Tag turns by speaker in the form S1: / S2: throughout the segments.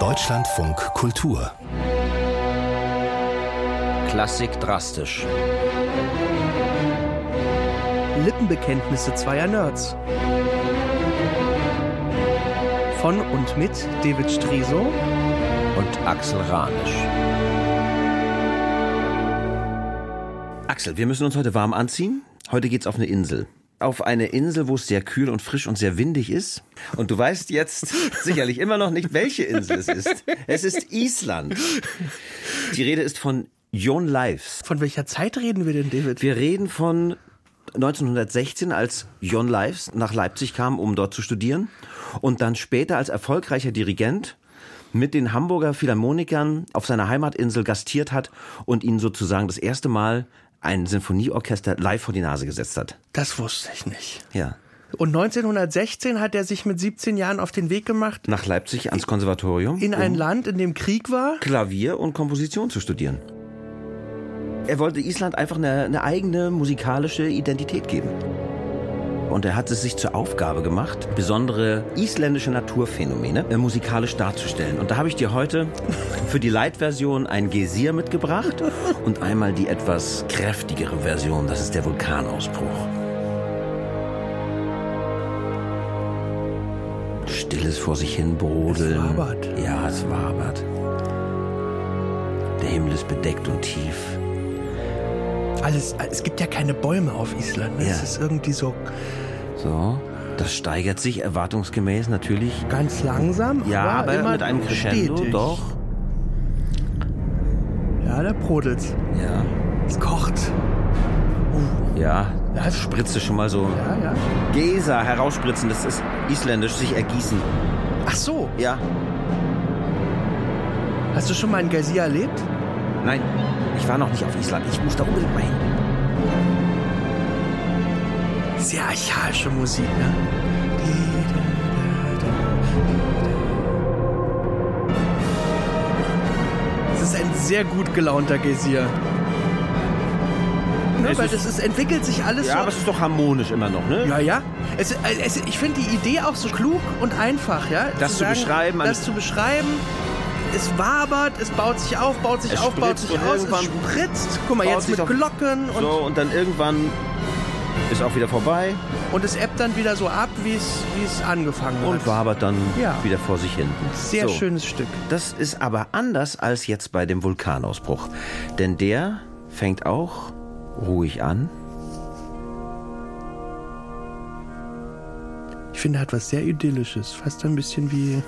S1: Deutschlandfunk Kultur.
S2: Klassik drastisch.
S3: Lippenbekenntnisse zweier Nerds. Von und mit David Striso
S2: und Axel Ranisch. Axel, wir müssen uns heute warm anziehen. Heute geht's auf eine Insel. Auf eine Insel, wo es sehr kühl und frisch und sehr windig ist. Und du weißt jetzt sicherlich immer noch nicht, welche Insel es ist. Es ist Island. Die Rede ist von Jon Lives.
S3: Von welcher Zeit reden wir denn, David?
S2: Wir reden von 1916, als Jon Lives nach Leipzig kam, um dort zu studieren. Und dann später als erfolgreicher Dirigent mit den Hamburger Philharmonikern auf seiner Heimatinsel gastiert hat und ihnen sozusagen das erste Mal ein Sinfonieorchester live vor die Nase gesetzt hat.
S3: Das wusste ich nicht.
S2: Ja.
S3: Und 1916 hat er sich mit 17 Jahren auf den Weg gemacht
S2: Nach Leipzig ans Konservatorium,
S3: in ein
S2: um
S3: Land, in dem Krieg war.
S2: Klavier und Komposition zu studieren. Er wollte Island einfach eine, eine eigene musikalische Identität geben. Und er hat es sich zur Aufgabe gemacht, besondere isländische Naturphänomene äh, musikalisch darzustellen. Und da habe ich dir heute für die Light-Version ein Gesir mitgebracht und einmal die etwas kräftigere Version, das ist der Vulkanausbruch. Stilles vor sich hin brodeln.
S3: Es wabert.
S2: Ja, es wabert. Der Himmel ist bedeckt und tief.
S3: Alles, es gibt ja keine Bäume auf Island. ne?
S2: Ja.
S3: Es ist irgendwie so
S2: So, das steigert sich erwartungsgemäß natürlich.
S3: ganz langsam,
S2: Ja,
S3: aber,
S2: aber,
S3: immer
S2: mit einem Crescendo
S3: stetig.
S2: doch.
S3: Ja, da brodelt's.
S2: Ja,
S3: Es kocht.
S2: ja.
S3: Ja, es spritzt.
S2: Spritze schon mal so.
S3: Ja, ja.
S2: Gesa herausspritzen, das ist isländisch, sich ergießen.
S3: Ach so,
S2: Ja,
S3: hast du schon mal in Geysir erlebt?
S2: nein, ich war noch nicht auf Island. Ich muss da unbedingt mal hin.
S3: Sehr archaische Musik, ne? Die, da, da, da, die, da. Es ist ein sehr gut gelaunter Geysir. Ne,
S2: Es
S3: weil
S2: ist-
S3: das ist, entwickelt sich alles
S2: Ja, aber es
S3: so.
S2: ist doch harmonisch immer noch, ne?
S3: Ja, ja. Es, äh, es, ich finde die Idee auch so klug und einfach, ja.
S2: Das zu beschreiben, an-
S3: Das zu beschreiben. Es wabert, es baut sich auf, baut sich
S2: Es
S3: auf, baut
S2: spritzt
S3: sich
S2: und
S3: aus, es
S2: irgendwann
S3: spritzt. Guck mal,
S2: baut
S3: jetzt
S2: sich
S3: mit
S2: auf-
S3: Glocken und
S2: So, und dann irgendwann ist auch wieder vorbei
S3: Und es ebbt dann wieder so ab, wie es wie es angefangen hat.
S2: und wabert dann
S3: Ja.
S2: wieder vor sich hin.
S3: Sehr
S2: so.
S3: schönes Stück.
S2: Das ist aber anders als jetzt bei dem Vulkanausbruch. Denn der fängt auch ruhig an.
S3: Ich finde, er hat was sehr Idyllisches. Fast ein bisschen wie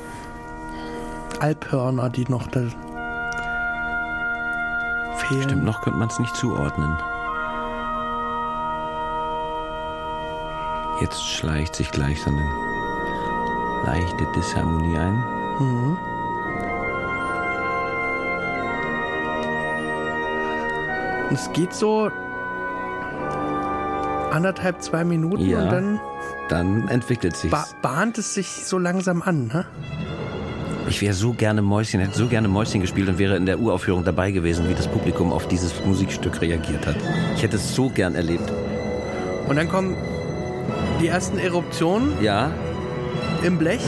S3: Alphörner, die noch da fehlen.
S2: Stimmt, noch könnte man es nicht zuordnen. Jetzt schleicht sich gleich so eine leichte Disharmonie ein.
S3: Und es geht so anderthalb, zwei Minuten
S2: Ja.
S3: und dann
S2: Dann entwickelt sich's.
S3: ba bahnt es sich so langsam an. Ne?
S2: Ich wäre so gerne Mäuschen, hätte so gerne Mäuschen gespielt und wäre in der Uraufführung dabei gewesen, wie das Publikum auf dieses Musikstück reagiert hat. Ich hätte es so gern erlebt.
S3: Und dann kommen die ersten Eruptionen
S2: Ja,
S3: im Blech.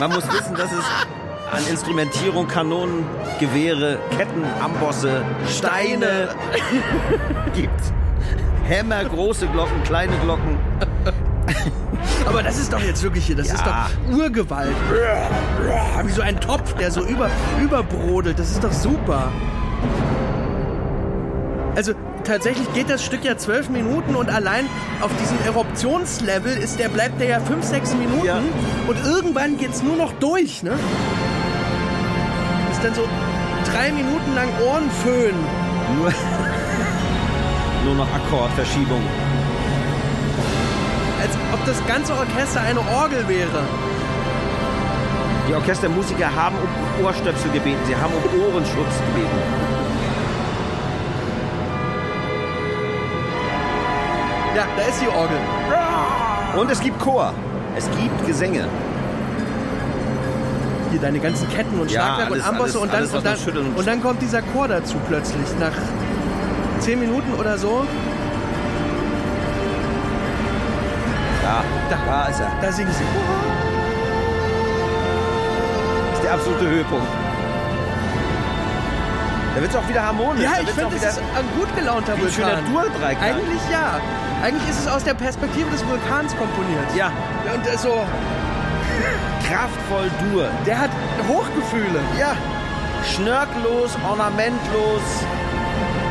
S2: Man muss wissen, dass es an Instrumentierung Kanonen, Gewehre, Ketten, Ambosse, Steine gibt. Hämmer, große Glocken, kleine Glocken.
S3: Aber das ist doch jetzt wirklich hier, das ist
S2: Ja.
S3: doch Urgewalt. Wie so ein Topf, der so über, überbrodelt. Das ist doch super. Also tatsächlich geht das Stück ja zwölf Minuten und allein auf diesem Eruptionslevel ist der, bleibt der ja fünf, sechs Minuten.
S2: Ja.
S3: Und irgendwann geht's nur noch durch, ne? Ist dann so drei Minuten lang Ohrenföhn.
S2: Nur, nur noch Akkordverschiebung.
S3: Als ob das ganze Orchester eine Orgel wäre.
S2: Die Orchestermusiker haben um Ohrstöpsel gebeten, sie haben um Ohrenschutz gebeten.
S3: Ja, da ist die Orgel.
S2: Und es gibt Chor. Es gibt Gesänge.
S3: Hier deine ganzen Ketten und
S2: Ja,
S3: Schlagwerk und
S2: alles-
S3: Ambosse
S2: alles-
S3: und dann,
S2: alles, was
S3: und, dann
S2: man schütteln und-
S3: und dann kommt dieser Chor dazu plötzlich nach zehn Minuten oder so.
S2: Da,
S3: Da.
S2: da ist er.
S3: Da singen sie.
S2: Das ist der absolute Höhepunkt. Da wird es auch wieder harmonisch.
S3: Ja,
S2: da
S3: ich
S2: wird's auch
S3: finde,
S2: wieder
S3: das ist ein gut gelaunter
S2: wie ein schöner
S3: Vulkan.
S2: Durdreiklang.
S3: Eigentlich ja. Eigentlich ist es aus der Perspektive des Vulkans komponiert.
S2: ja,
S3: Und äh, so,
S2: kraftvoll Dur.
S3: der hat Hochgefühle.
S2: Ja, schnörkellos, ornamentlos.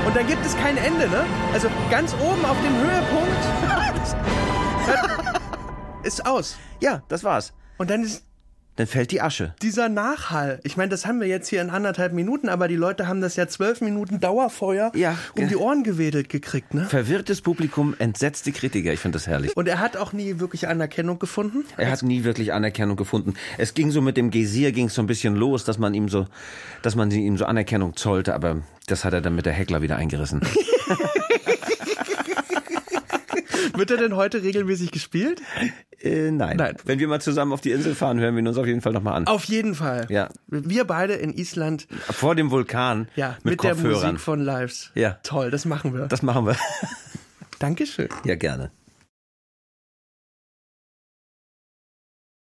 S3: Und dann gibt es kein Ende, ne? Also ganz oben auf dem Höhepunkt das- ist aus.
S2: Ja, das war's.
S3: Und dann ist
S2: Dann fällt die Asche.
S3: dieser Nachhall. Ich meine, das haben wir jetzt hier in anderthalb Minuten, aber die Leute haben das ja zwölf Minuten Dauerfeuer
S2: Ja.
S3: um die Ohren gewedelt gekriegt, ne?
S2: Verwirrtes Publikum, entsetzte Kritiker. Ich finde das herrlich.
S3: Und er hat auch nie wirklich Anerkennung gefunden.
S2: Er hat nie wirklich Anerkennung gefunden. Es ging so mit dem Gesir ging so ein bisschen los, dass man ihm so, dass man ihm so Anerkennung zollte, aber das hat er dann mit der Heckler wieder eingerissen.
S3: Wird er denn heute regelmäßig gespielt?
S2: äh, nein.
S3: Nein.
S2: Wenn wir mal zusammen auf die Insel fahren, hören wir ihn uns auf jeden Fall nochmal an.
S3: Auf jeden Fall.
S2: Ja.
S3: Wir beide in Island,
S2: Vor dem Vulkan
S3: ja,
S2: mit,
S3: mit, der
S2: Kopfhörern.
S3: Musik von Lives.
S2: Ja.
S3: Toll, das machen wir.
S2: das machen wir.
S3: Dankeschön.
S2: ja, gerne.